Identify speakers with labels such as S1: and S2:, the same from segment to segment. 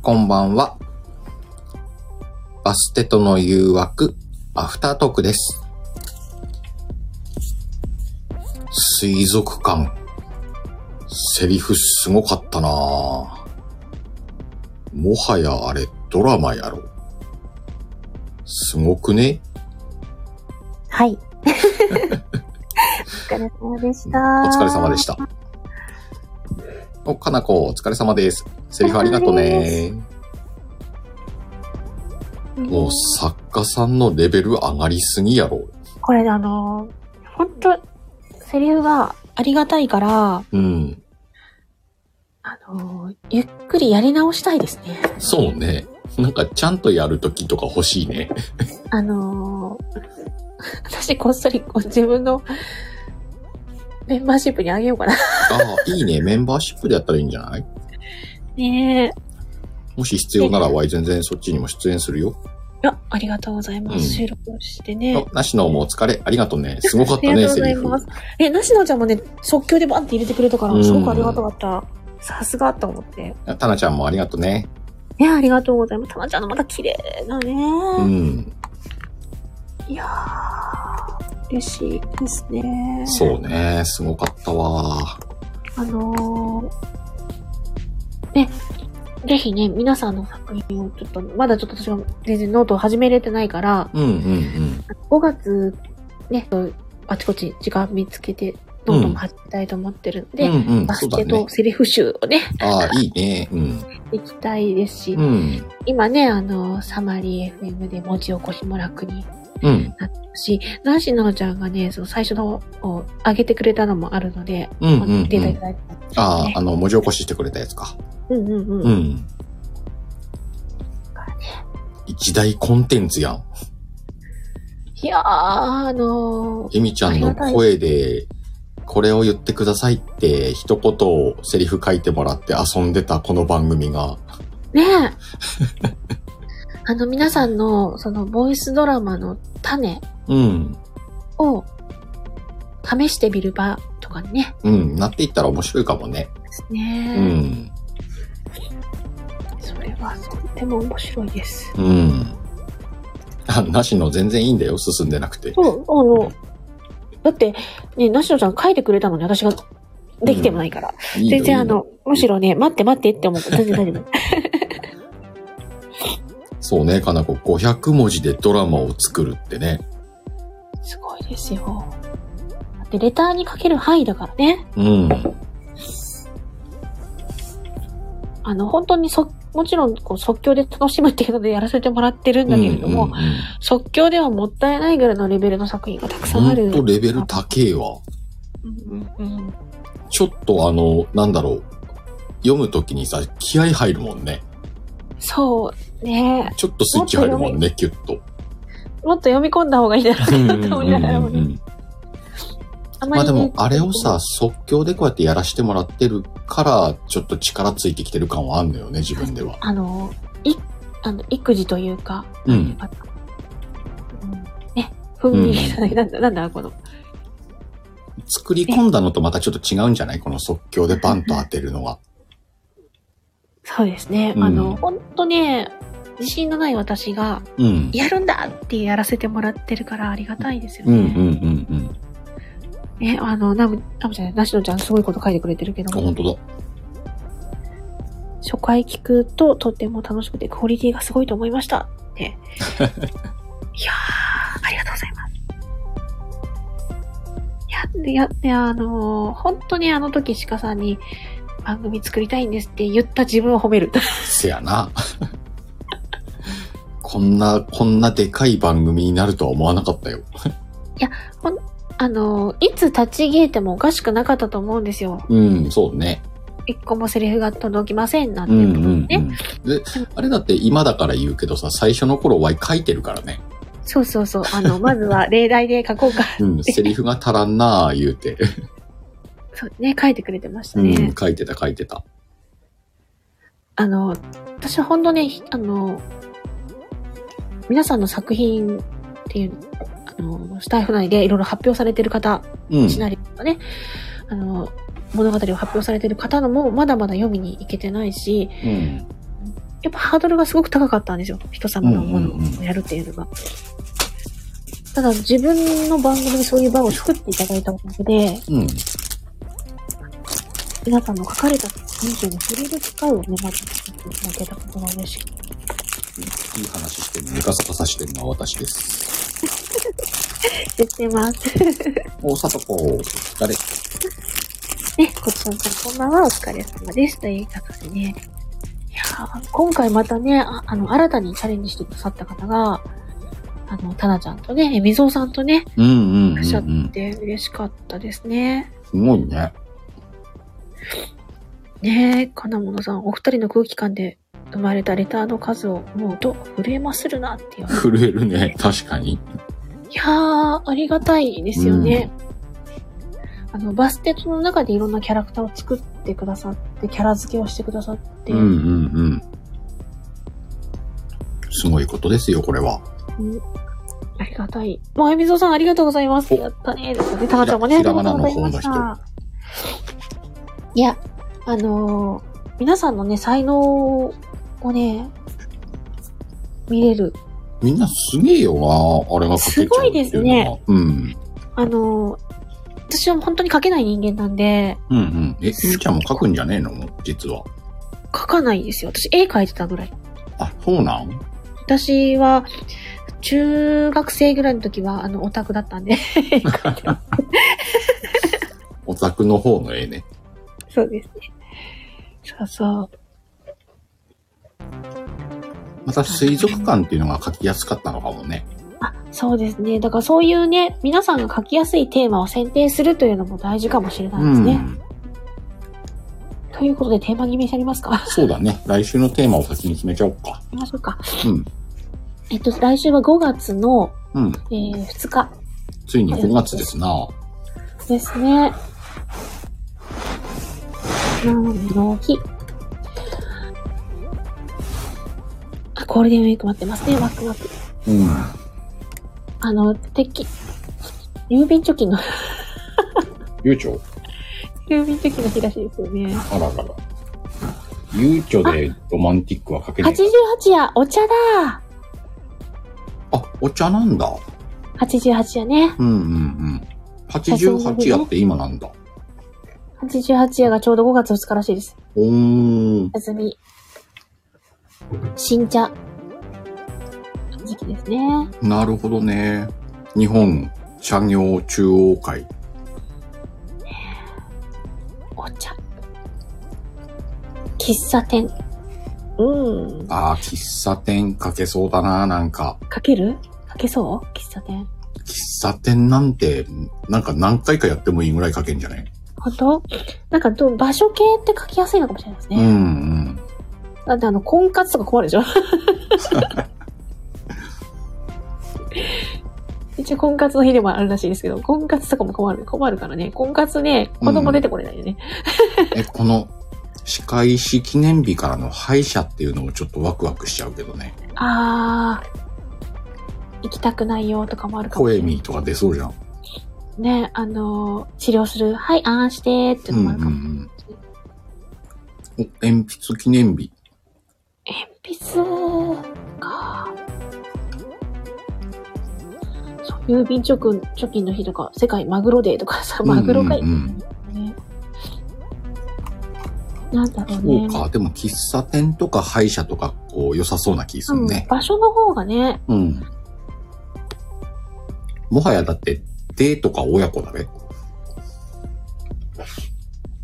S1: こんばんは。バステとの誘惑、アフタートークです。水族館。セリフすごかったなぁもはやあれドラマやろ。すごくね
S2: はい。お疲れ様で
S1: お
S2: した。
S1: 疲れ様でした。お、かなこ、お疲れ様です。セリフありがとうね。
S2: た。
S1: もう作家さんのレベル上がりすぎやろ。
S2: これあのー、ほんと、セリフがありがたいから、
S1: うん。
S2: あのー、ゆっくりやり直したいですね。
S1: そうね。なんかちゃんとやるときとか欲しいね。
S2: あのー、私こっそりこう自分のメンバーシップにあげようかな。
S1: ああ、いいね。メンバーシップでやったらいいんじゃない
S2: ねえ。い
S1: もし必要なら、わい全然そっちにも出演するよ。
S2: や、ありがとうございます。
S1: うん
S2: 収録してね
S1: あ。なしのもお疲れ。ありがとうね。すごかっ
S2: あり
S1: た
S2: が
S1: ね、
S2: とう
S1: セ
S2: ござ
S1: リ
S2: い
S1: フ。
S2: ます。え、なしのちゃんもね、即興でバンって入れてくれたから、すごくありがとうかった。さすがと思って。
S1: たなちゃんもありがとうね。
S2: ね、ありがとうございます。たまちゃんのまた綺麗なね。
S1: うん。
S2: いやー、嬉しいですね。
S1: そうね。すごかったわ。
S2: あのー、ね、ぜひね、皆さんの作品をちょっと、まだちょっと私が全然ノートを始めれてないから、
S1: うんうんうん。
S2: 5月、ね、あちこち時間見つけて、ノートも始めたいと思ってるんで、
S1: うんうん。
S2: バ
S1: そ
S2: ス
S1: うだ
S2: ケ
S1: ね
S2: と。セリフ集をね、
S1: ああ、いいね。うん。
S2: 行きたいですし、
S1: うん。
S2: 今ね、あのー、サマリー FM で文字起こしも楽に
S1: うん。
S2: し、ナンシーナナちゃんがね、その最初のを上げてくれたのもあるので、
S1: うんうんうん
S2: 出ていただいたんですね
S1: ああ、あの、文字起こししてくれたやつか。
S2: うんうんうん。
S1: うん。一大コンテンツやん。
S2: いやー、あのー、
S1: ゆみちゃんの声で、これを言ってくださいって、一言セリフ書いてもらって遊んでたこの番組が。
S2: ねえ。 あの、皆さんの、その、ボイスドラマの種
S1: うん。
S2: を、試してみる場とかね。
S1: うん。なっていったら面白いかもね。
S2: です
S1: う
S2: ね。
S1: ん。
S2: それは、とっても面白いです。
S1: うん。あ、なしの全然いいんだよ。進んでなくて。
S2: そう、あの、だって、ね、ナシノちゃん書いてくれたのに私ができてもないから。
S1: いいよ
S2: 全然あ。
S1: いいよ
S2: の、むしろね、待って待ってって思う。全然大丈夫。
S1: そうね、かなこ。500文字でドラマを作るってね。
S2: すごいですよ。だってレターにかける範囲だからね。
S1: うん。
S2: あの、本当にそ、もちろんこう即興で楽しむっていうのでやらせてもらってるんだけれども、
S1: うんうんうん
S2: 即興ではもったいないぐらいのレベルの作品がたくさんある。
S1: ほんとレベル高えわ。
S2: うんうんうん
S1: ちょっとあの、なんだろう。読むときにさ、気合入るもんね。
S2: そうね。
S1: ちょっとスイッチ入るもんね、キュッと。
S2: もっと読み込んだ方がい いだろうなと思いながらもね。あま
S1: まあ
S2: り、
S1: で
S2: ね、
S1: も、あれをさ、即興でこうやってやらしてもらってるから、ちょっと力ついてきてる感はあんのよね、自分では。
S2: あの、い、あの、育児というか、
S1: うん。
S2: あうんね、ふんぎりじゃない、なんだ、なんだ、この、
S1: 作り込んだのとまたちょっと違うんじゃないこの即興でバンと当てるのが。
S2: そうですね。
S1: うん
S2: あの、本当ね、自信のない私が、
S1: うん。
S2: やるんだってやらせてもらってるからありがたいですよ
S1: うんうん
S2: ね。
S1: うんうん。
S2: ね、あの、ナム、ナムじゃない、ナシノちゃんすごいこと書いてくれてるけ
S1: あ、
S2: ども、
S1: 本当だ。
S2: 初回聞くととても楽しくてクオリティがすごいと思いましたって。い やー、ありがとうございます。いや、でや、で、あのー本当にあの時鹿さんに番組作りたいんですって言った自分を褒める。
S1: せやな。 こんな、こんなでかい番組になるとは思わなかったよ。
S2: あのーいつ立ち消えてもおかしくなかったと思うんですよ。
S1: うん、そうね。
S2: 一個もセリフが届きませんなんて
S1: う
S2: い
S1: ん
S2: う
S1: う
S2: と
S1: ん
S2: ころ
S1: うん。
S2: ね。
S1: で、あれだって今だから言うけどさ、最初の頃は書いてるからね。
S2: そうそうそう。あの、まず は例題で書こうか。
S1: うん、セリフが足らんなあ言うて。
S2: そうね、書いてくれてました
S1: う
S2: ね。
S1: ん、書いてた書いてた。
S2: あの、私はほんとね、ひあの、皆さんの作品っていう、あの、スタイフ内でいろいろ発表されてる方、
S1: うん。
S2: シナリオとかね、あの、物語を発表されてる方のもまだまだ読みに行けてないし、
S1: うん。
S2: やっぱハードルがすごく高かったんですよ。人様のものをやるっていうのが。ただ自分の番組にそういう場を作っていただいたおかげで、
S1: うん。
S2: 皆さんの書かれた文章に触れる機会をね、まず作っていただけたことが嬉しくて。
S1: いい話してるのにガサガサしてるのは私です。
S2: 言ってます。
S1: お、さとこ、誰
S2: ね、こちさんさんこんばんは、お疲れ様です。という方でね。いやー今回またねあ、あの、新たにチャレンジしてくださった方が、あの、タナちゃんとね、えみぞうさんとね、
S1: うんうんうん、
S2: いうらっしゃっ
S1: ん。
S2: て嬉しかったですね。
S1: すごいね。
S2: ねえ、金物さん、お二人の空気感で生まれたレターの数を思うと震えまするなっていう。
S1: 震えるね。確かに。
S2: いやー、ありがたいですよね。あの、バステットの中でいろんなキャラクターを作ってくださって、キャラ付けをしてくださって、
S1: うんうんうん。すごいことですよ、これは。
S2: ありがたい。もう、えみぞうさん、ありがとうございます。やったね。ですね。たかちゃんもね、あ
S1: ひ
S2: り
S1: ら
S2: がと
S1: がな
S2: うご
S1: の
S2: ざい
S1: 方
S2: ま
S1: の
S2: し
S1: 人
S2: た。いや、あのー皆さんのね、才能をね、見れる。
S1: みんなすげえよな、あれが書けちゃうっていうのが
S2: すごいですね。
S1: うん。
S2: あのー私は本当に書けない人間なんで、
S1: うんうん。え、ゆうちゃんも書くんじゃねえの実は。
S2: 書かないですよ。私、絵描いてたぐらい。
S1: あ、そうなん
S2: 私は、中学生ぐらいの時は、あの、オタクだったんで。
S1: オタクの方の絵ね。
S2: そうですね。そうそう。
S1: また水族館っていうのが書きやすかったのかもね。
S2: あ、そうですね。だからそういうね、皆さんが書きやすいテーマを選定するというのも大事かもしれないですね。
S1: ん。
S2: ということで、テーマ決めしてありますか
S1: そうだね。来週のテーマを先に決めちゃおうか。
S2: 行きましょうか。
S1: うん。
S2: えっと、来週は5月の、
S1: うん。
S2: えー2日
S1: ついに5月ですな。
S2: ですね。何の日あ、ゴールデンウィーク待ってますね。ワクワク。
S1: うん。
S2: あの、てっき、郵便貯金の、
S1: ゆうちょ
S2: 郵便貯金の日らしいですよね。
S1: あらあらら。ゆうちょでロマンティックは書けない。
S2: 88夜、お茶だ
S1: あ、お茶なんだ。
S2: 88夜ね。
S1: うんうんうん。88やって今なんだ。
S2: 88夜がちょうど5月2日らしいです。
S1: おーん。
S2: 休み。新茶。時期ですね。
S1: なるほどね。日本産業中央会。
S2: お茶。喫茶店。うん。
S1: ああ、喫茶店書けそうだな、なんか。
S2: かけるかけそう喫茶店。
S1: 喫茶店なんて、なんか何回かやってもいいぐらい書けんじゃね
S2: 本当なんかどう、場所系って書きやすいのかもしれないです
S1: うん
S2: ね。
S1: うん。
S2: だってあの、婚活とか困るでし ょ一応婚活の日でもあるらしいですけど、婚活とかも困る、困るからね。婚活ね、子供出てこれないよね。
S1: え、この、歯科医師記念日からの歯医者っていうのもちょっとワクワクしちゃうけどね。
S2: あー、行きたくないよとかもあるかも
S1: ポ
S2: し
S1: エ
S2: れない。
S1: ミーとか出そうじゃん。
S2: ね、あのー、治療する、はい、あーしてーっていう
S1: うんう
S2: のもあ
S1: ん
S2: るかも。
S1: うん。お、鉛筆記念日。
S2: 鉛筆か。そう、郵便貯金、貯金の日とか、世界マグロデーとかさ、マグロ会、
S1: うんうん
S2: ね。なんだろう
S1: そ
S2: ね
S1: う。か。でも喫茶店とか歯医者とか、こう、良さそうな気す
S2: う
S1: る
S2: ん、
S1: ね。
S2: 場所の方がね、
S1: うん。もはやだって、デーとか親子だね。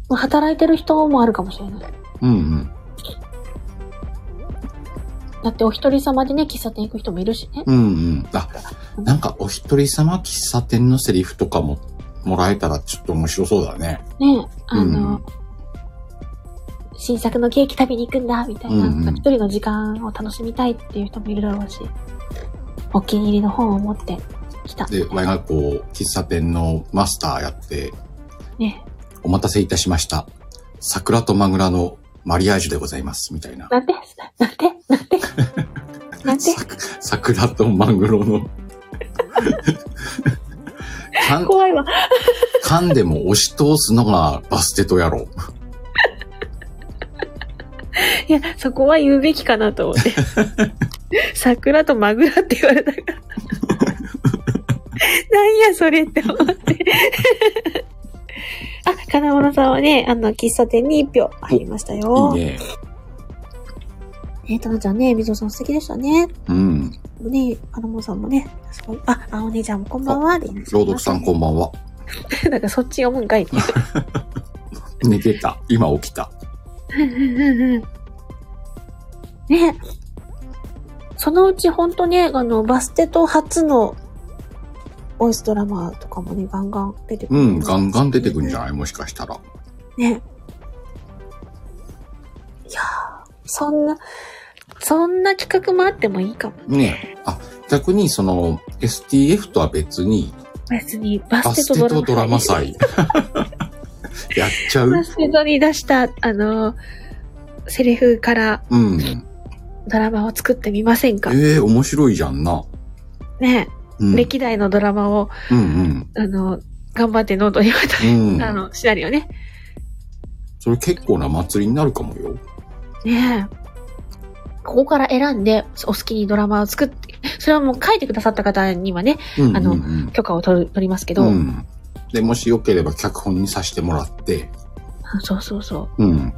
S2: まあ働いてる人もあるかもしれない。
S1: うんうん。
S2: だってお一人様でね、喫茶店行く人もいるしね。
S1: うんうん。あ、なんかお一人様喫茶店のセリフとかももらえたらちょっと面白そうだね。
S2: ねあ
S1: うん
S2: の、新作のケーキ食べに行くんだ、みたいな。
S1: うんうん
S2: 一人の時間を楽しみたいっていう人もいるだろうし。お気に入りの本を持ってきた。
S1: で、我がこう、喫茶店のマスターやって、
S2: ね
S1: お待たせいたしました。桜とマグラのマリアージュでございます、みたいな。
S2: なんでなんでなんで なんで
S1: さ桜とマグロのかん
S2: 怖いわ。
S1: 噛んでも押し通すのがバステト野郎。
S2: いや、そこは言うべきかな と思って。桜とマグラって言われ たから。なんやそれって思って。あ、金物さんはね、あの、喫茶店に一票ありましたよ。
S1: いいね。
S2: ねえ、たなちゃんね、みぞさん素敵でしたね。
S1: うん。
S2: ね金物さんもね、すごいあ、あお姉ちゃんもこんばんは。朗
S1: 朗読さんこんばんは。
S2: ん。 なんかそっち読むんかい。
S1: 寝てた。今起きた。
S2: うんうんうんうんねそのうちほんとね、あの、バステと初のボイスドラマとかもね、ガンガン出てく
S1: う
S2: る。
S1: ん、ガンガン出てくんじゃ
S2: い
S1: ないもしかしたら。
S2: ね。いやーそんな、そんな企画もあってもいいかも。
S1: ねえ。あ、逆にその STF とは別に、
S2: 別に、バ
S1: バ
S2: ス
S1: ス
S2: テ
S1: テと
S2: と
S1: ド
S2: ド
S1: ラ
S2: ラ
S1: マ
S2: マ
S1: 祭。 やっちゃう
S2: バステとに出した、あの、セリフから
S1: うん。
S2: ドラマを作ってみませんか
S1: ええ面白いじゃんな。
S2: ね、
S1: うん。
S2: 歴代のドラマを、
S1: うん
S2: あの、頑張ってノートにまた
S1: うん。う
S2: あ
S1: ん。
S2: の、シナリオね。
S1: それ結構な祭りになるかもよ。
S2: ねえ。ここから選んで、お好きにドラマを作って、それはもう書いてくださった方にはね、
S1: うんうん、うん。
S2: あの許可を取る、取りますけど、
S1: うん。で、もしよければ脚本にさせてもらって、
S2: そうそうそう。
S1: うん。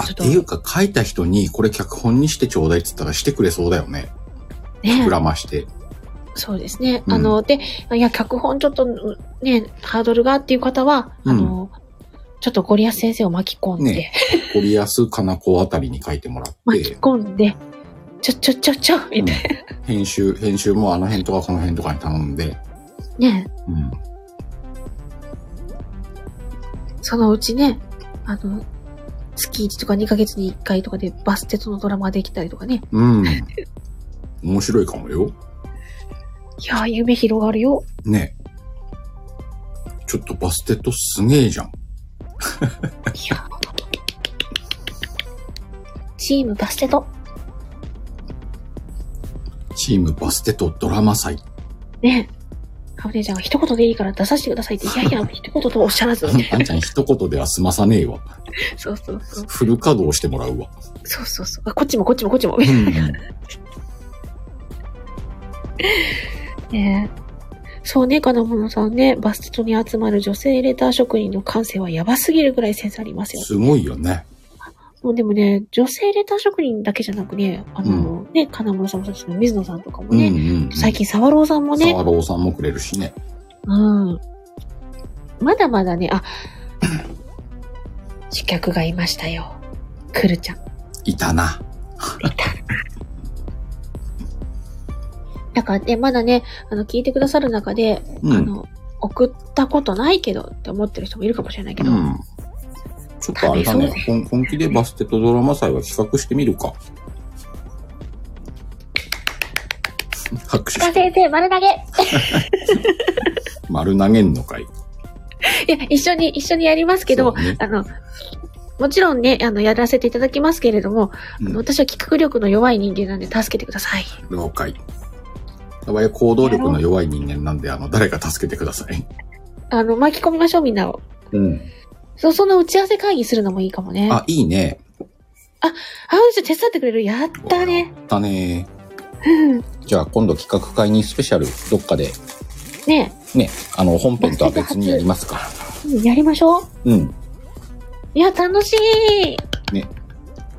S1: あ、っ
S2: ちょっと
S1: ていうか書いた人にこれ脚本にしてちょうだいって言ったらしてくれそうだよね。
S2: ね
S1: 膨らまして。
S2: そうですね。
S1: うん
S2: あの、で、いや、脚本ちょっと、うね、ハードルがっていう方は、
S1: うん
S2: あの、ちょっとゴリアス先生を巻き込んで、
S1: ねゴリアス、かなこあたりに書いてもらっ
S2: 巻き
S1: て、
S2: 込んで、ちょちょちょちょ、みたい
S1: 編集、編集もあの辺とかこの辺とかに頼んで、
S2: な。ね、
S1: うん。
S2: そのうちね、あの、月1とか2ヶ月に1回とかでバステとのドラマができたりとかね。
S1: うん。面白いかもよ。
S2: いやー、夢広がるよ。
S1: ね。ちょっとバステットすげえじゃん。
S2: いや。チームバステと。
S1: チームバステットドラマ祭。
S2: ねえ。かお姉ちゃんが一言でいいから出させてくださいって、 いやいや、一言とおっしゃらず。
S1: あんちゃん一言では済まさねえわ。
S2: そうそうそう。
S1: フル稼働してもらうわ。
S2: そうそうそう。あこっちもこっちもこっちも。
S1: うん。
S2: ねえ。そうね、金物さんね、バステとに集まる女性レター職人の感性はやばすぎるぐらいセンスありますよ。
S1: すごいよね。
S2: もうでもね、女性レター職人だけじゃなくね、あの、ね、金物さんもそうですけど、水野さんとかも
S1: うんう
S2: ね、
S1: ん。
S2: 最近沢朗さんもね、
S1: 沢朗さんもくれるしね。
S2: うん。まだまだね、あ、 主客がいましたよ。くるちゃん。
S1: いたな。
S2: だからね、まだね、あの、聞いてくださる中で、
S1: う
S2: あ
S1: ん。
S2: の、送ったことないけどって思ってる人もいるかもしれないけ
S1: う
S2: ど、
S1: ん。ちょっとあれだね
S2: 食べそうね。
S1: 本本気でバステットドラマ祭は企画してみる か。拍手
S2: 鹿先生、丸投げい
S1: 丸投げんのかい。
S2: や、一緒に、一緒にやりますけど、
S1: そうね
S2: あの、もちろんね、あの、やらせていただきますけれども、あの
S1: うん
S2: 私は企画力の弱い人間なんで助けてください。
S1: 了解。わい行動力の弱い人間なんで、あの、誰か助けてください。
S2: あの、巻き込みましょう、みんなを。
S1: うん。
S2: そ、その打ち合わせ会議するのもいいかもね。あ、
S1: あ、いいね。
S2: あの人手伝ってくれるやったね。
S1: やった ね。
S2: うん。
S1: じゃあ、今度企画会にスペシャル、どっかで、
S2: ね
S1: ね、あの、本編とは別にやりますから。
S2: うんやりましょう。
S1: うん。
S2: いや、楽しい。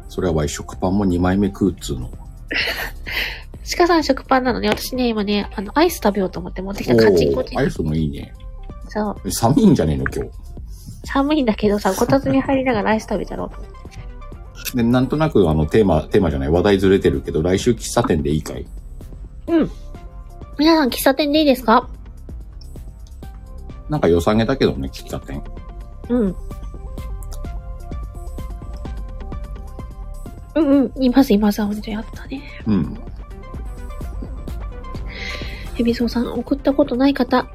S1: それはわい食パンも2枚目食うっつうの。
S2: 鹿さん食パンなのね。私ね、今ね、あの、アイス食べようと思って持ってきたカチンコチ
S1: ア
S2: ン。
S1: イスもいいね。
S2: そう。
S1: 寒いんじゃねえの、今
S2: 寒いんだけどさ、こたつに入りながらアイス食べたろうと思って。
S1: 日。で、なんとなく、あの、テーマ、テーマじゃない、話題ずれてるけど、来週喫茶店でいいかい
S2: 皆さん、喫茶店でいいですか
S1: なんか良さげだけどね、喫茶店。
S2: うん。うんうん。います、います。本当にあったね。
S1: うん。
S2: ヘビソウさん、送ったことない方、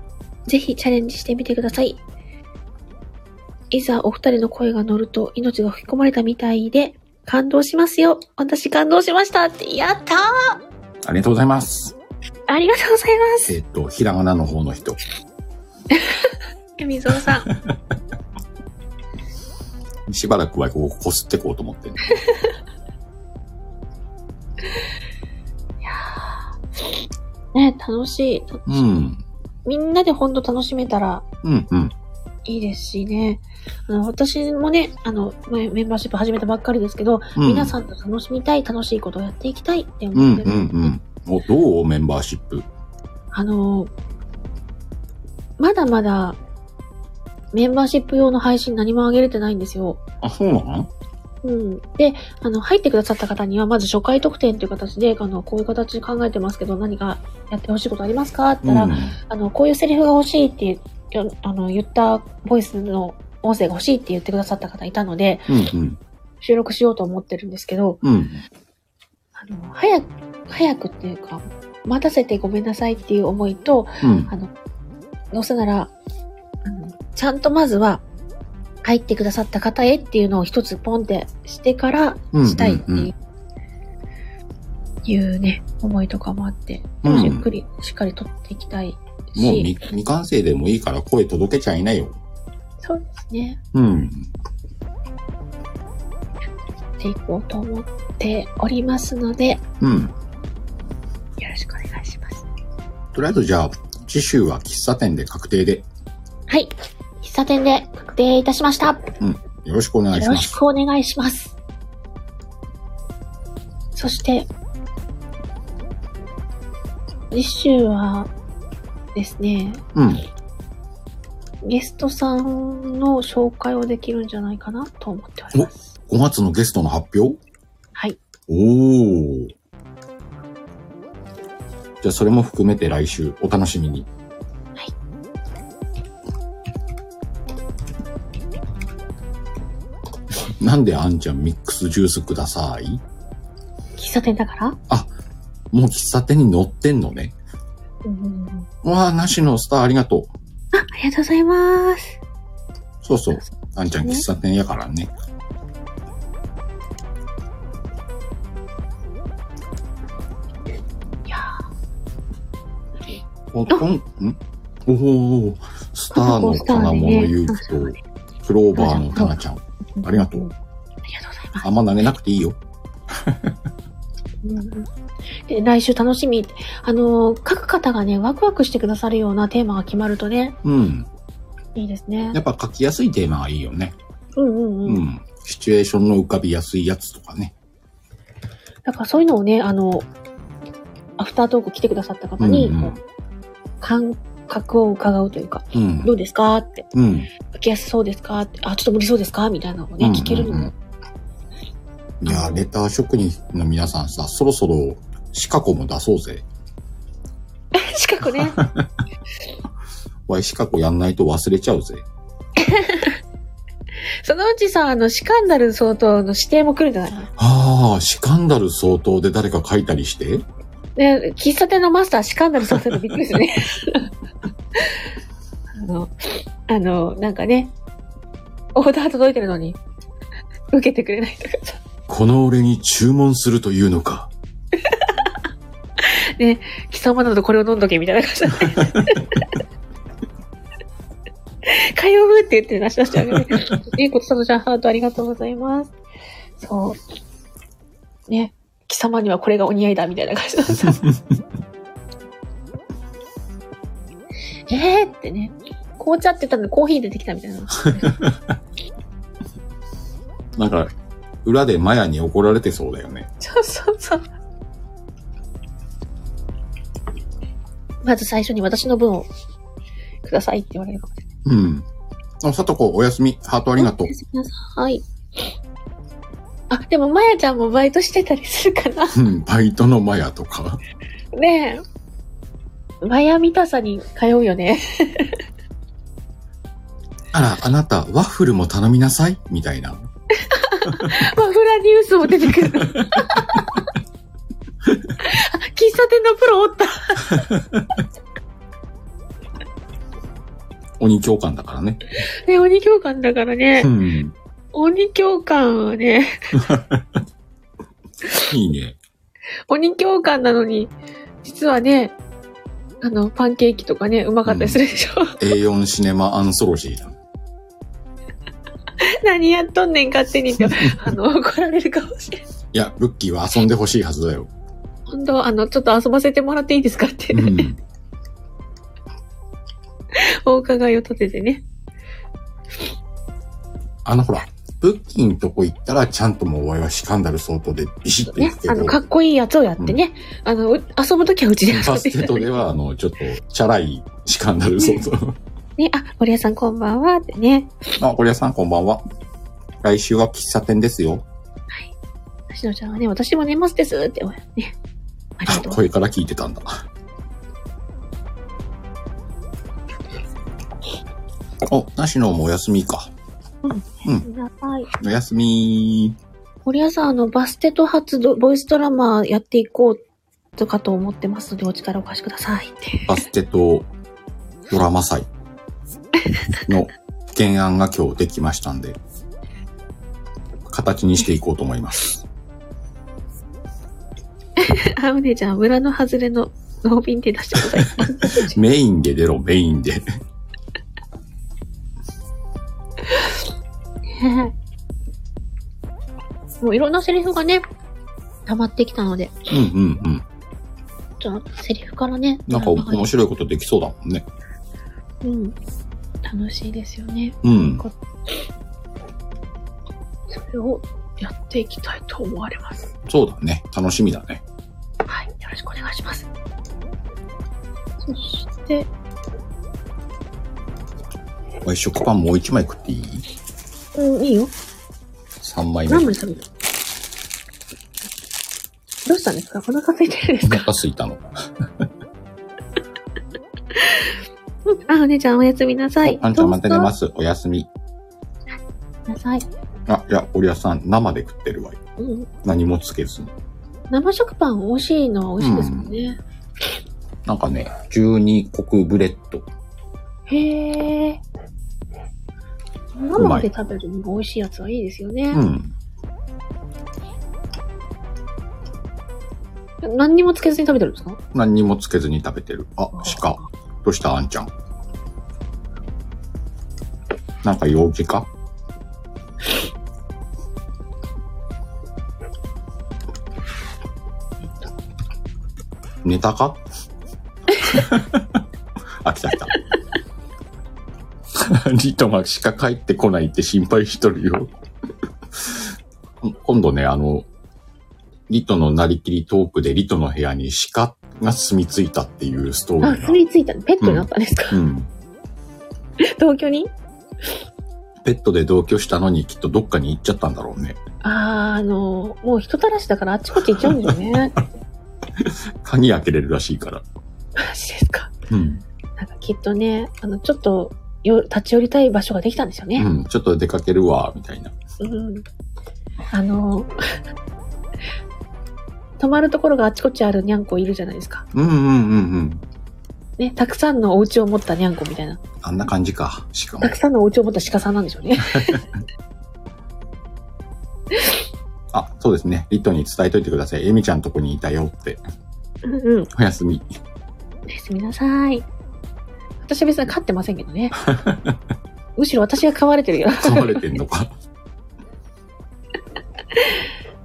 S2: ぜひチャレンジしてみてください。いざお二人の声が乗ると命が吹き込まれたみたいで、感動しますよ。私感動しましたって、やったー
S1: ありがとうございます。
S2: ありがとうございます。
S1: えっ、と、ひらがなの方の人。
S2: みぞうさん。
S1: しばらくはこここすってこうと思ってんの。
S2: いやーね、楽しい。た
S1: うん。
S2: みんなでほんと楽しめたら
S1: うんうん。
S2: いいですしね。あの私もね、あの、メメンバーシップ始めたばっかりですけど、
S1: うん、
S2: 皆さんと楽しみたい、楽しいことをやっていきたいって
S1: うん
S2: 思っ
S1: う
S2: て
S1: ん
S2: る、
S1: うん。お、どうメンバーシップ。
S2: あの、まだまだ、メンバーシップ用の配信何も上げれてないんですよ。
S1: あ、そうなの
S2: うん。で、あの、入ってくださった方には、まず初回特典という形で、あの、こういう形で考えてますけど、何かやってほしいことありますかって言ったら、
S1: うん。
S2: あの、こういうセリフが欲しいってよあの、言ったボイスの音声が欲しいって言ってくださった方いたので、
S1: うんうん。
S2: 収録しようと思ってるんですけど、
S1: うん。
S2: あの、早く、早くっていうか、待たせてごめんなさいっていう思いと、
S1: うん。
S2: あの、どうせなら、あの、ちゃんとまずは、入ってくださった方へっていうのを一つポンってしてから、
S1: うん
S2: したいってい
S1: う
S2: う
S1: んう
S2: いうね、思いとかもあって、でもしっくり、しっかり取っていきたい
S1: もう
S2: し、
S1: 未未完成でもいいから声届けちゃいないよ。
S2: そうですね。
S1: うん。
S2: やっていこうと思っておりますので、よ
S1: うん。
S2: ろしくお願いします。
S1: とりあえずじゃあ、次週は喫茶店で確定で、
S2: はい。喫茶店で確定いたしました。
S1: よろしくお願いし
S2: よろ
S1: ま
S2: し
S1: す。
S2: くお願いします。そして、次週はですね、
S1: うん。
S2: ゲストさんの紹介をできるんじゃないかなと思っております。
S1: 5月のゲストの発表
S2: はい。
S1: おお。じゃあそれも含めて来週お楽しみに。。
S2: はい
S1: なんであんちゃんミックスジュースください
S2: 喫茶店だから、
S1: もう喫茶店に乗ってんのね。
S2: うん、
S1: うわあ、なしのスターありがとう。
S2: あ、ありがとうございます。
S1: そうそう。あんちゃん喫茶店やからね。
S2: いや
S1: おとん、んおお、スターの金物ゆうきと、クローバーのかなちゃん。
S2: ー
S1: ありがとう。
S2: ありがとうございます。
S1: あんま投げなくていいよ。
S2: うんうんで来週楽しみ。あのー、各方がね、ワクワクしてくださるようなテーマが決まるとね、
S1: うん。
S2: いいですね
S1: や。っぱ書きやすいテーマがいいよね。
S2: うんうんう。
S1: うんん。シチュエーションの浮かびやすいやつとかね。
S2: だからそういうのをね、あの、アフタートーク来てくださった方に、
S1: うんうん
S2: こう感覚を伺うというか、
S1: うん
S2: ど。うですかって、
S1: うん。
S2: 受けやすそうですかって、あ、ちょっと無理そうですかみたいなのをね、聞けるの
S1: うんう
S2: も
S1: ん。うんいやー、レター職人の皆さんさ、そろそろ、シカコも出そうぜ。
S2: 近くね。
S1: わい、シカコやんないと忘れちゃうぜ。
S2: そのうちさ、あの、シカンダル相当の指定も来るんじゃないの
S1: ああ、シカンダル相当で誰か書いたりして
S2: ね、喫茶店のマスター、シカンダルさせるのびっくりするね。あの、あの、なんかね、オーダー届いてるのに、受けてくれないとかさ。
S1: この俺に注文するというのか。
S2: 貴様などこれを飲んどけ、みたいな感じで。かよぶって言って出し出しちゃうね。 いいことさとちゃん、ハートありがとうございます。そう。ね、貴様にはこれがお似合いだ、みた いな感じのさ。えーってね。紅茶って言ったのにコーヒー出てきたみたいな。
S1: なんか、裏でマヤに怒られてそうだよね。
S2: そうそうそう。まず最初に私の分をくださいって言われるかもしれない。
S1: うん。あ、さとこ、おやすみ。ハートあ
S2: あ
S1: りがとう
S2: おや。すみなさい。あ、でも、まやちゃんもバイトしてたりするか な。
S1: うん、バイトのマヤとか。
S2: ねえ。マヤミタサに通うよ ね。
S1: あら、あなた、ワッフルも頼みなさいみたいな。
S2: マフラニュースも出て くる。あ喫茶店のプロおった。
S1: 鬼教官だからね。
S2: ね、鬼教官だからね
S1: う。ん。
S2: 鬼教官はね、
S1: いいね。
S2: 鬼教官なのに、実はね、あの、パンケーキとかね、うまかったりするでしょ。
S1: A4 シネマアンソロジーだ。
S2: 何やっとんねん、勝手に って、あの、怒られるかもしれない。
S1: いや、ルッキーは遊んでほしいはずだよ。
S2: 本当あの、ちょっと遊ばせてもらっていいですかって
S1: う、ん。
S2: お伺いを立ててね。
S1: あの、ほら、ルッキーのとこ行ったら、ちゃんともうお前はシカンダル相当でビシッと行
S2: ね
S1: くけ、ど、
S2: あの、かっこいいやつをやってね。あの、う遊ぶときはうちで遊
S1: バ
S2: ん
S1: ス
S2: で
S1: ケットでは、あの、ちょっと、チャラいシカンダル相 当。
S2: ね、あ、堀江さんこんばんはってね。
S1: あ、堀江さんこんばんは。来週は喫茶店ですよ。
S2: しのちゃんはね、私も寝ますですって、ね。ありが
S1: あ
S2: とう。
S1: 声から聞いてたんだ。お、なしのもお休みか。
S2: なさい。
S1: お休み
S2: 堀江さん、あの、バステと初ドボイスドラマやっていこうとかと思ってますので、お力をお貸しください って。
S1: バスケとドラマ祭の原案が今日できましたんで、形にしていこうと思います。
S2: あ、お姉ちゃん、村の外れのノーピンで出してく ださい。
S1: メインで出ろ、メインで。
S2: ねもういろんなセリフがね、溜まってきたので、
S1: うんうんうん。
S2: ちょっとセリフからね、
S1: なんか
S2: ドラマが
S1: 面白いことできそうだもんね。
S2: うん。楽しいですよね。
S1: うん。
S2: それをやっていきたいと思われます。
S1: そうだね。楽しみだね。
S2: はい。よろしくお願いします。そして、
S1: おい、食パンもう一枚食っていい
S2: うん、いいよ。
S1: 三枚目。
S2: 何
S1: お
S2: 枚食べるどうしたんですかお腹空いてるんですか
S1: 腹すいたの。
S2: あ、お姉ちゃんおやすみなさい。。
S1: あんちゃんまた寝ますす。おやすみ。
S2: なさい。
S1: あ、いや、おりゃさん、生で食ってるわよ。
S2: うん。
S1: 何もつけずに。
S2: 生食パン美味しいのは美味しいですもんね。
S1: なんかね、12国ブレッド。
S2: へえ。
S1: う
S2: 生
S1: まい
S2: で食べるのが美味しいやつはいいですよ
S1: う
S2: ね。
S1: ん。
S2: 何にもつけずに食べてるんですか
S1: 何にもつけずに食べてる。あ、鹿。どうしたあんちゃん。なんか用事か寝たか あ、来た来た。リトが鹿帰ってこないって心配しとるよ。今度ね、あの、リトのなりきりトークでリトの部屋に鹿が住み着いたっていうストーリ
S2: あ、
S1: ーが
S2: 住。み着いたのペットになったんですか、
S1: うん。
S2: 同居に
S1: ペットで同居したのにきっとどっかに行っちゃったんだろうね。
S2: あー、あの、もう人たらしだからあっちこっち行っちゃうんだよ ね。
S1: 鍵開けれるらしいから。
S2: マジですか。
S1: うん。
S2: なんかきっとね、あの、ちょっと、よ、立ち寄りたい場所ができたんですよね。
S1: うん。ちょっと出かけるわ、みたいな。
S2: うん。あの、 泊まるところがあっちこっちあるにゃんこいるじゃないですか。
S1: うんうんうんうん。
S2: ね、たくさんのお家を持ったにゃんこみたいな。
S1: あんな感じか。しかも
S2: たく。さんのお家を持った鹿さんなんでしょう ね。
S1: あ、そうですね。リットに伝えといてください。エミちゃんとこにいたよって。
S2: うんうん。
S1: おやすみ。
S2: おやすみなさい。私は別に飼ってませんけど ね。むしろ私が飼われてるよ。
S1: 飼われてんのか。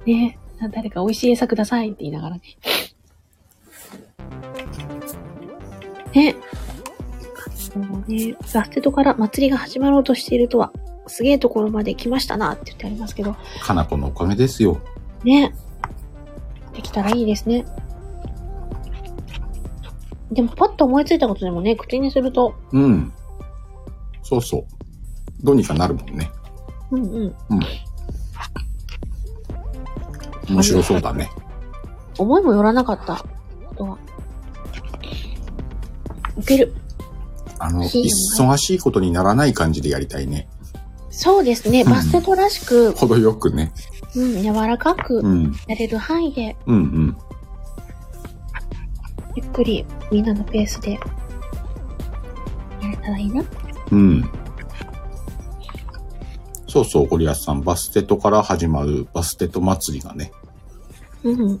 S2: ね誰か美味しい餌くださいって言いながらね。ねそうね、ラステトから祭りが始まろうとしているとは、すげえところまで来ましたなって言ってありますけど、
S1: かなこのおかげですよ。
S2: ねできたらいいですね。でもパッと思いついたことでもね、口にすると、
S1: うん。そうそう。どうにかなるもんね。
S2: うんうん、
S1: 面白そうだね。
S2: 思いもよらなかったことは。いける。
S1: あの、
S2: いいよね
S1: 忙しいことにならない感じでやりたいね。
S2: そうですね、
S1: うん
S2: バステトらしく、
S1: 程よくね。
S2: うん、柔らかく
S1: うん。
S2: やれる範囲で、
S1: うんうん。
S2: ゆっくり、みんなのペースで、やれたらいいな。
S1: うん。そうそう、ゴリアスさん、バステトから始まるバステト祭りがね。
S2: うん。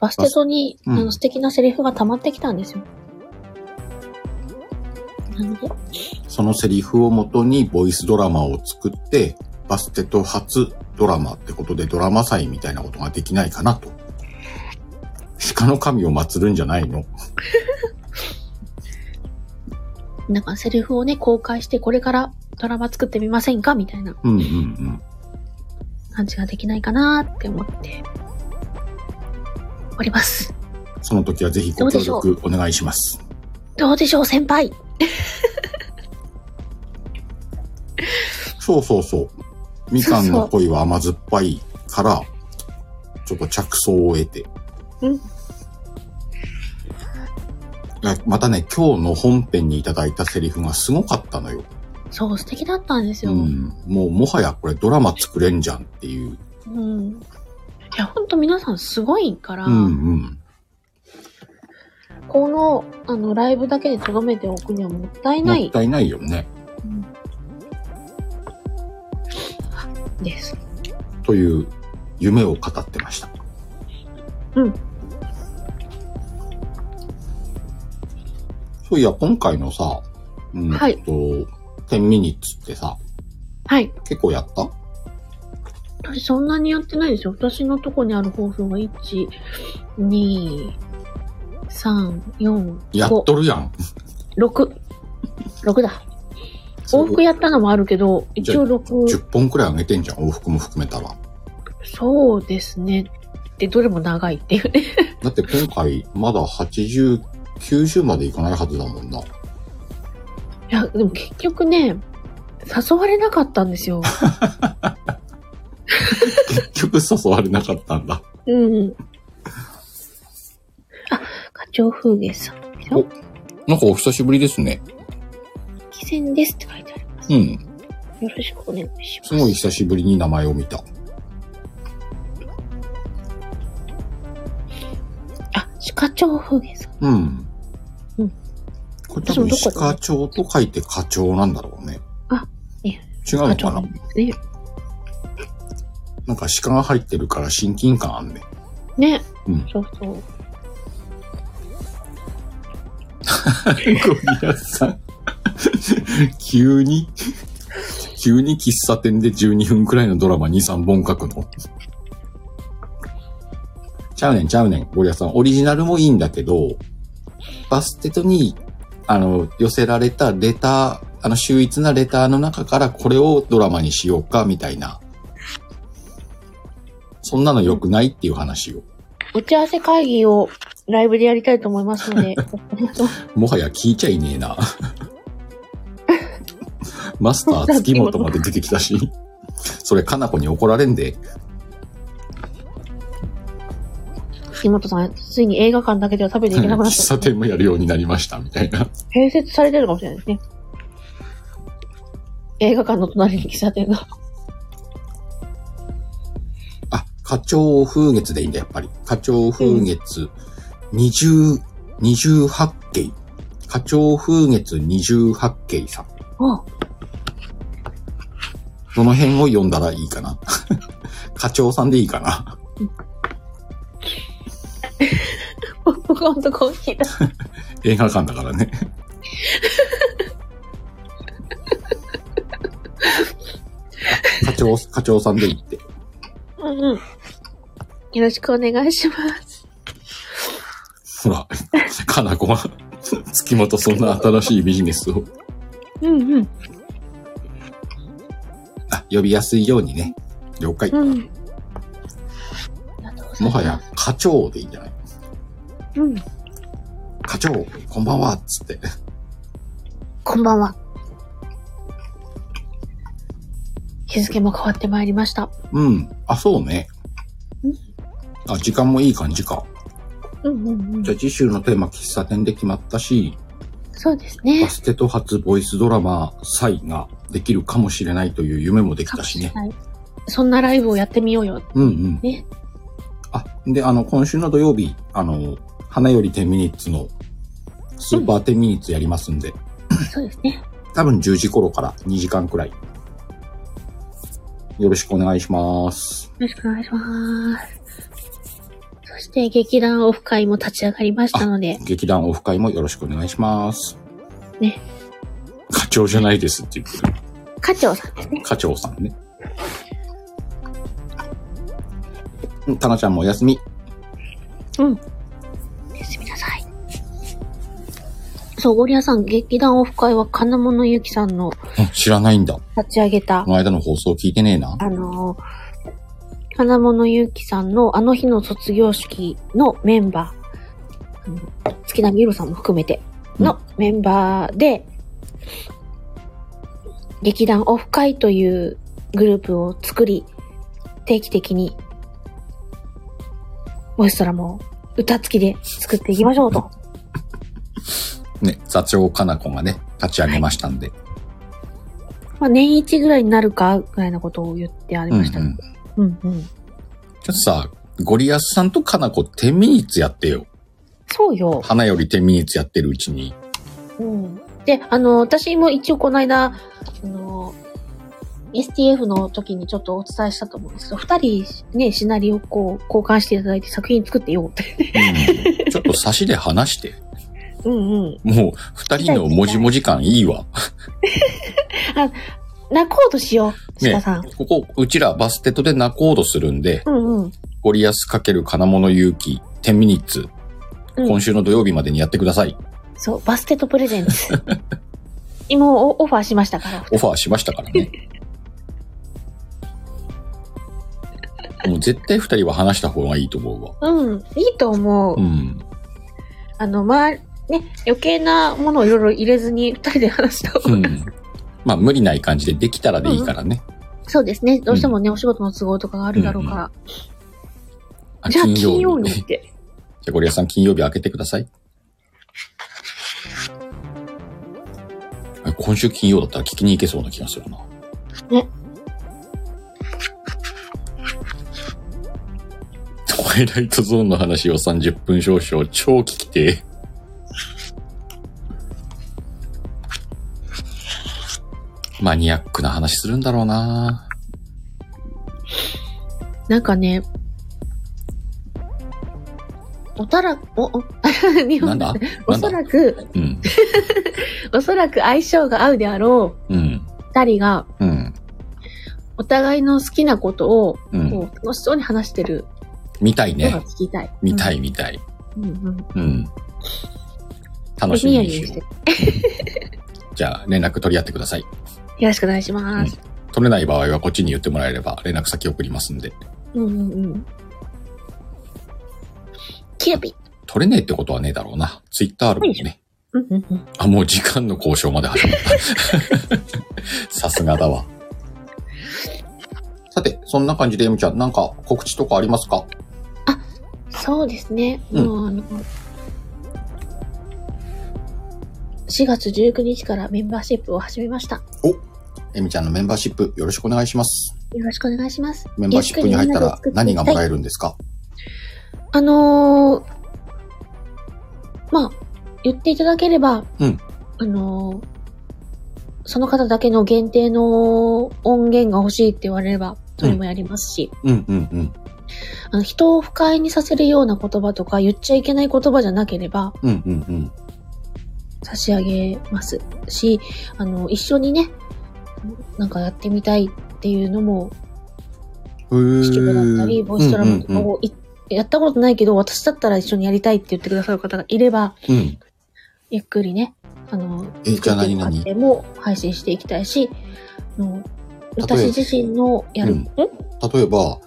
S2: バステトに、
S1: うん
S2: あの、素敵なセリフが溜まってきたんですよ。なので、
S1: そのセリフをもとにボイスドラマを作って、バステと初ドラマってことでドラマ祭みたいなことができないかなと。鹿の神を祀るんじゃないの
S2: なんかセリフをね、公開して、これからドラマ作ってみませんかみたいな
S1: うんうんうん。
S2: 感じができないかなーって思って、おります。
S1: その時はぜひご協力お願いします。
S2: どうでしょう、先輩
S1: そうそうそう。みかんの恋は甘酸っぱいから、ちょっと着想を得て。
S2: うん
S1: いやまたね、今日の本編にいただいたセリフがすごかったのよ。
S2: そう、素敵だったんです
S1: う
S2: よ。うん。
S1: ん。もうもはやこれドラマ作れんじゃんっていう。
S2: いや、ほんと皆さんすごいから、
S1: うんうん。
S2: この、あの、ライブだけで留めておくにはもったい
S1: も
S2: な
S1: っ
S2: い
S1: たいないよね。
S2: です。
S1: という夢を語ってました。
S2: うん。
S1: そういや、今回のさ、うんと、
S2: はい
S1: 10ミニッツってさ、
S2: はい。
S1: 結構やった
S2: 私そんなにやってないんですよ。私のとこにある放送が1、2、3、4、
S1: やっ
S2: 5、
S1: とるやん。
S2: 6。6だ。往復やったのもあるけど、一応6。
S1: 10本くらいあげてんじゃん、往復も含めたら。
S2: そうですね。で、どれも長いっていうね。
S1: だって今回、まだ80、90までいかないはずだもんな。
S2: いや、でも結局ね、誘われなかった んですよ。
S1: 結局誘われなかったんだ。
S2: うん。あ、課長風月さんでしょ
S1: おなんかお久しぶりですね。
S2: 汽船ですって書いてあります。
S1: う
S2: よ
S1: ん。
S2: ろしくお願いします。
S1: すごい久しぶりに名前を見た。
S2: あ、課長風月さん。
S1: うん。
S2: うん
S1: これ多分、
S2: 私もどこで
S1: 鹿町と書いて課長なんだろうね。
S2: あ、いや
S1: 違うの
S2: 課
S1: か
S2: 長な
S1: なん
S2: ですね。
S1: なんか鹿が入ってるから親近感あんね。
S2: ね。
S1: うん
S2: そうそう。
S1: ゴリラさん。急に、急に喫茶店で12分くらいのドラマ2、3本書くの。ちゃうねん、ちゃうねん、ゴリラさん。オリジナルもいいんだけど、バステトに、あの、寄せられたレター、あの、秀逸なレターの中からこれをドラマにしようか、みたいな。そんなの良くないっていう話を。
S2: 打ち合わせ会議をライブでやりたいと思いますので、 よろしくお願いします
S1: もはや聞いちゃいねえな。 マスター月本まで出てきたし、それ、かなこに怒られんで。
S2: 杉本さん、ついに映画館だけでは食べていけなくなっ
S1: 喫
S2: た。
S1: 茶店もやるようになりました、みたいな。
S2: 併設されてるかもしれないですね。映画館の隣に喫茶店が。
S1: あ、課長風月でいいんだ、やっぱり。課長風月、二十、二十八景。課長風月二十八景さん。
S2: あ、
S1: どの辺を読んだらいいかな。 課長さんでいいかな。
S2: 僕ほんとコーヒーだ。
S1: 映画館だからね。課長、課長さんでいいって。
S2: うんうん。よろしくお願いします。
S1: ほら、かなこは、月本そんな新しいビジネスを、
S2: うんうん。
S1: あ、呼びやすいようにね。了解。
S2: うん。ありがとうございます
S1: もはや、。課長でいいんじゃない
S2: うん。
S1: 課長、こんばんは、つって。
S2: こんばんは。日付も変わってまいりました。
S1: うん。あ、そうね。あ、時間もいい感じか。
S2: うんうんうん
S1: じゃ。あ次週のテーマ、喫茶店で決まったし、
S2: そうです
S1: バ
S2: ね。
S1: ステと初ボイスドラマ祭ができるかもしれないという夢もできたしね。
S2: はい。そんなライブをやってみようよ。
S1: うんうん。
S2: ね。
S1: あ、で、あの、今週の土曜日、あの、花より10ミニッツのスーパー10ミニッツやりますんで、
S2: そうですね。
S1: 多分10時頃から2時間くらい。よろしくお願いします。
S2: よろしくお願いします。そして劇団オフ会も立ち上がりましたので、
S1: 劇団オフ会もよろしくお願いします。
S2: ね。
S1: 課長じゃないですって言ってる。
S2: 課長さんですね。
S1: 課長さんね。うんタナちゃんもお休み。
S2: おやすみなさい。そう、ゴリアさん、劇団オフ会は金物ゆきさんの
S1: うん知らないんだ。こ
S2: 立ち上げた、
S1: の間の放送聞いてねえな。
S2: あのー、金物ゆきさんのあの日の卒業式のメンバーあの、月並みゆろさんも含めてのメンバーで、劇団オフ会というグループを作り、定期的に、ボイストラも歌付きで作っていきましょうと。
S1: ね、座長かなこがね、立ち上げましたんで。
S2: まあ、年一ぐらいになるかぐらいのことを言ってあり
S1: うんう
S2: ま
S1: ん。
S2: し
S1: ち
S2: た。
S1: ょ
S2: うん
S1: っ
S2: うん、
S1: とさ、ゴリアスさんとかなこ10ミニッツやってよ。
S2: そうよ。
S1: 花より10ミニッツやってるうちに。
S2: うん。で、あの、私も一応この間、あの、STF の時にちょっとお伝えしたと思うんですけど、二人ね、シナリオをこう交換していただいて作品作ってよって。
S1: うん、ちょっと差しで話して。
S2: うんうん。
S1: もう、二人のもじもじ感いいわ。
S2: 泣こうとしよう、
S1: ね
S2: 鹿さん。
S1: ここ、うちらバステットで泣こうとするんで、
S2: うんうん。
S1: ゴリアス×金物勇気10ミニッツ、
S2: うん
S1: 今週の土曜日までにやってください。
S2: そう、バステットプレゼン ツ。今オオファーしましたから。
S1: オファーしましたからね。もう絶対二人は話した方がいいと思う わ。
S2: うん、いいと思う
S1: う。ん。
S2: あの、まあ、ね、余計なものをいろいろ入れずに二人で話した方
S1: う
S2: が
S1: ん。まあ、無理ない感じでできたらでいいからね。
S2: そうですね。どうしてもね、お仕事の都合とかがあるだろうから。
S1: あ
S2: じゃあ、金曜に
S1: に
S2: っ
S1: じ
S2: て。
S1: ゃあ、ゴリアスさん金曜日開けてください。あ今週金曜だったら聞きに行けそうな気がするな。
S2: ね。
S1: トワイライトゾーンの話を30分少々、超聞きてえ。マニアックな話するんだろうな
S2: なんかね、おたら、お、 お、日
S1: な
S2: 本
S1: んだ
S2: お
S1: なん
S2: そ
S1: だ
S2: らく、
S1: うん。
S2: おそらく相性が合うであろ
S1: うん
S2: う二人が、
S1: うん。
S2: お互いの好きなことを、
S1: うん。
S2: こう、楽しそうに話してる
S1: 見たい
S2: のが
S1: ね。
S2: 聞きたい。
S1: 見たい見たい。
S2: うん。うんうん。
S1: うん。楽しみにしよう。じゃあ、連絡取り合ってください。
S2: よろしくお願いします。
S1: 取れない場合はこっちに言ってもらえれば連絡先送りますんで。
S2: うんうんうん。キューピー。
S1: 取れねえってことはねえだろうな。ツイッターあるもんね。
S2: うんうんうん。
S1: あ、もう時間の交渉まで始まった。 さすがだわ。さて、そんな感じで、エミちゃん、なんか告知とかありますか
S2: そうですね。
S1: うん
S2: もうあの、4月19日からメンバーシップを始めました。
S1: エミちゃんのメンバーシップよろしくお願いします。
S2: よろしくお願いします。
S1: メンバーシップに入ったら何がもら
S2: え
S1: えるんですか
S2: あのーまあ、言っていただければ、
S1: うん
S2: あのーその方だけの限定の音源が欲しいって言われれば、それもやりますし、
S1: うんうんうん。
S2: あの人を不快にさせるような言葉とか言っちゃいけない言葉じゃなければ、
S1: うんうんうん。
S2: 差し上げますし、あの、一緒にね、なんかやってみたいっていうのも、
S1: う
S2: 指揮部だったり、ボイストラムとか
S1: を。
S2: をい、やったことないけど、私だったら一緒にやりたいって言ってくださる方がいれば、
S1: うんうんうん。
S2: ゆっくりね、あの、
S1: えじゃあ何々
S2: 作ってもらっても配信していきたいし、あの
S1: 例え
S2: 私自身のや
S1: う
S2: る、
S1: ん
S2: ん
S1: 例えば、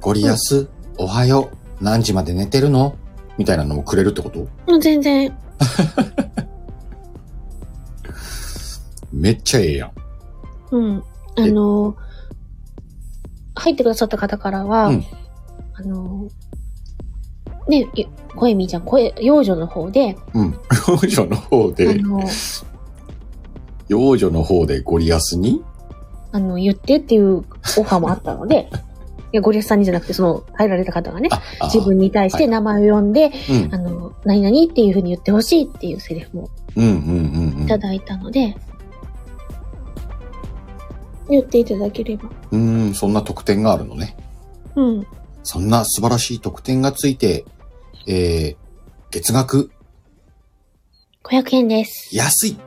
S1: ゴリアス、おはよう、何時まで寝てるのみたいなのもくれるってこと
S2: もう全然、
S1: めっちゃええやん。
S2: うん。あの、入ってくださった方からは、
S1: うん
S2: あの、ね、い声みーちゃん、声、幼女の方で、
S1: うん。幼女の方
S2: あ
S1: で、
S2: の、
S1: 幼女の方でゴリアスに
S2: あの、言ってっていうオファーもあったの で、いや、ゴリアスさんにじゃなくて、その、入られた方がね、
S1: あ、あ
S2: 自分に対して名前を呼んで、
S1: うん
S2: あの、何々っていう風に言ってほしいっていうセリフも
S1: うんうんうんうん
S2: いただいたので、言っていただければ。
S1: うーん、そんな特典があるのね。
S2: うん。
S1: そんな素晴らしい特典がついて、えー、月額
S2: 500円です。
S1: 安い。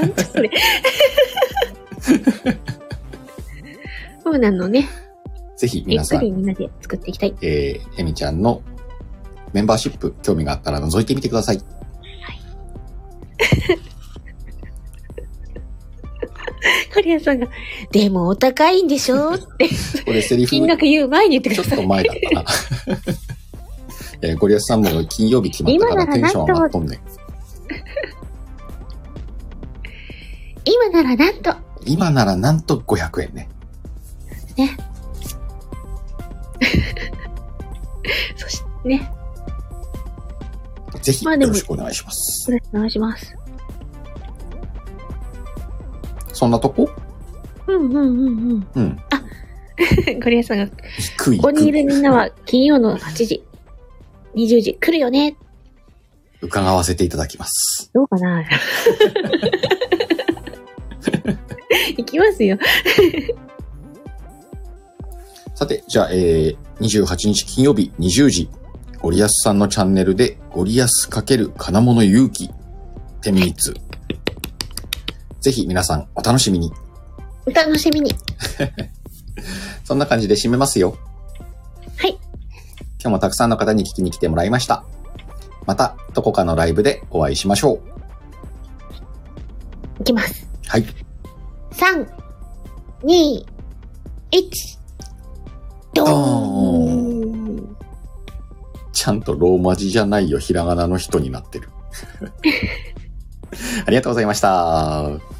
S2: なんだそれ。そうなのね。
S1: ぜひ
S2: ゆっ
S1: 皆
S2: く
S1: さん
S2: り、みんなで作っていきたい。
S1: えー、エミちゃんのメンバーシップ、興味があったら覗いてみてください。
S2: カリアさんが、でもお高いんで しょって、
S1: これセリフ、
S2: 金額言う前に言って
S1: ちょ
S2: くだ
S1: っ
S2: さ
S1: と
S2: い。
S1: 前だったな。 えーゴリアスさんも金曜日決まったからテンション上がっとんねん。
S2: 今ならなんと、
S1: 今ならなんと500円ね。
S2: そしてね、
S1: ぜひ
S2: ま
S1: よ
S2: あでも
S1: ろしくお願いします。
S2: お願いします。
S1: そんなとこ
S2: うんうんうんうん。
S1: うん。
S2: ゴリアさんが、
S1: 低い。
S2: ここにいる
S1: 低
S2: みんなは金曜の8時、20時来るよね。
S1: 伺わせていただきます。
S2: どうかな 行きますよ。
S1: さて、じゃあ、えー、28日金曜日20時、ゴリアスさんのチャンネルで、ゴリアス×金物勇気、10ミニッツ。ぜひ皆さんお楽しみに。
S2: お楽しみに。
S1: そんな感じで締めますよ。
S2: はい。
S1: 今日もたくさんの方に聞きに来てもらいました。また、どこかのライブでお会いしましょう。
S2: 行きます。
S1: はい。
S2: 3、2、1、ドーン
S1: ちゃんとローマ字じゃないよ、ひらがなの人になってる。ありがとうございました。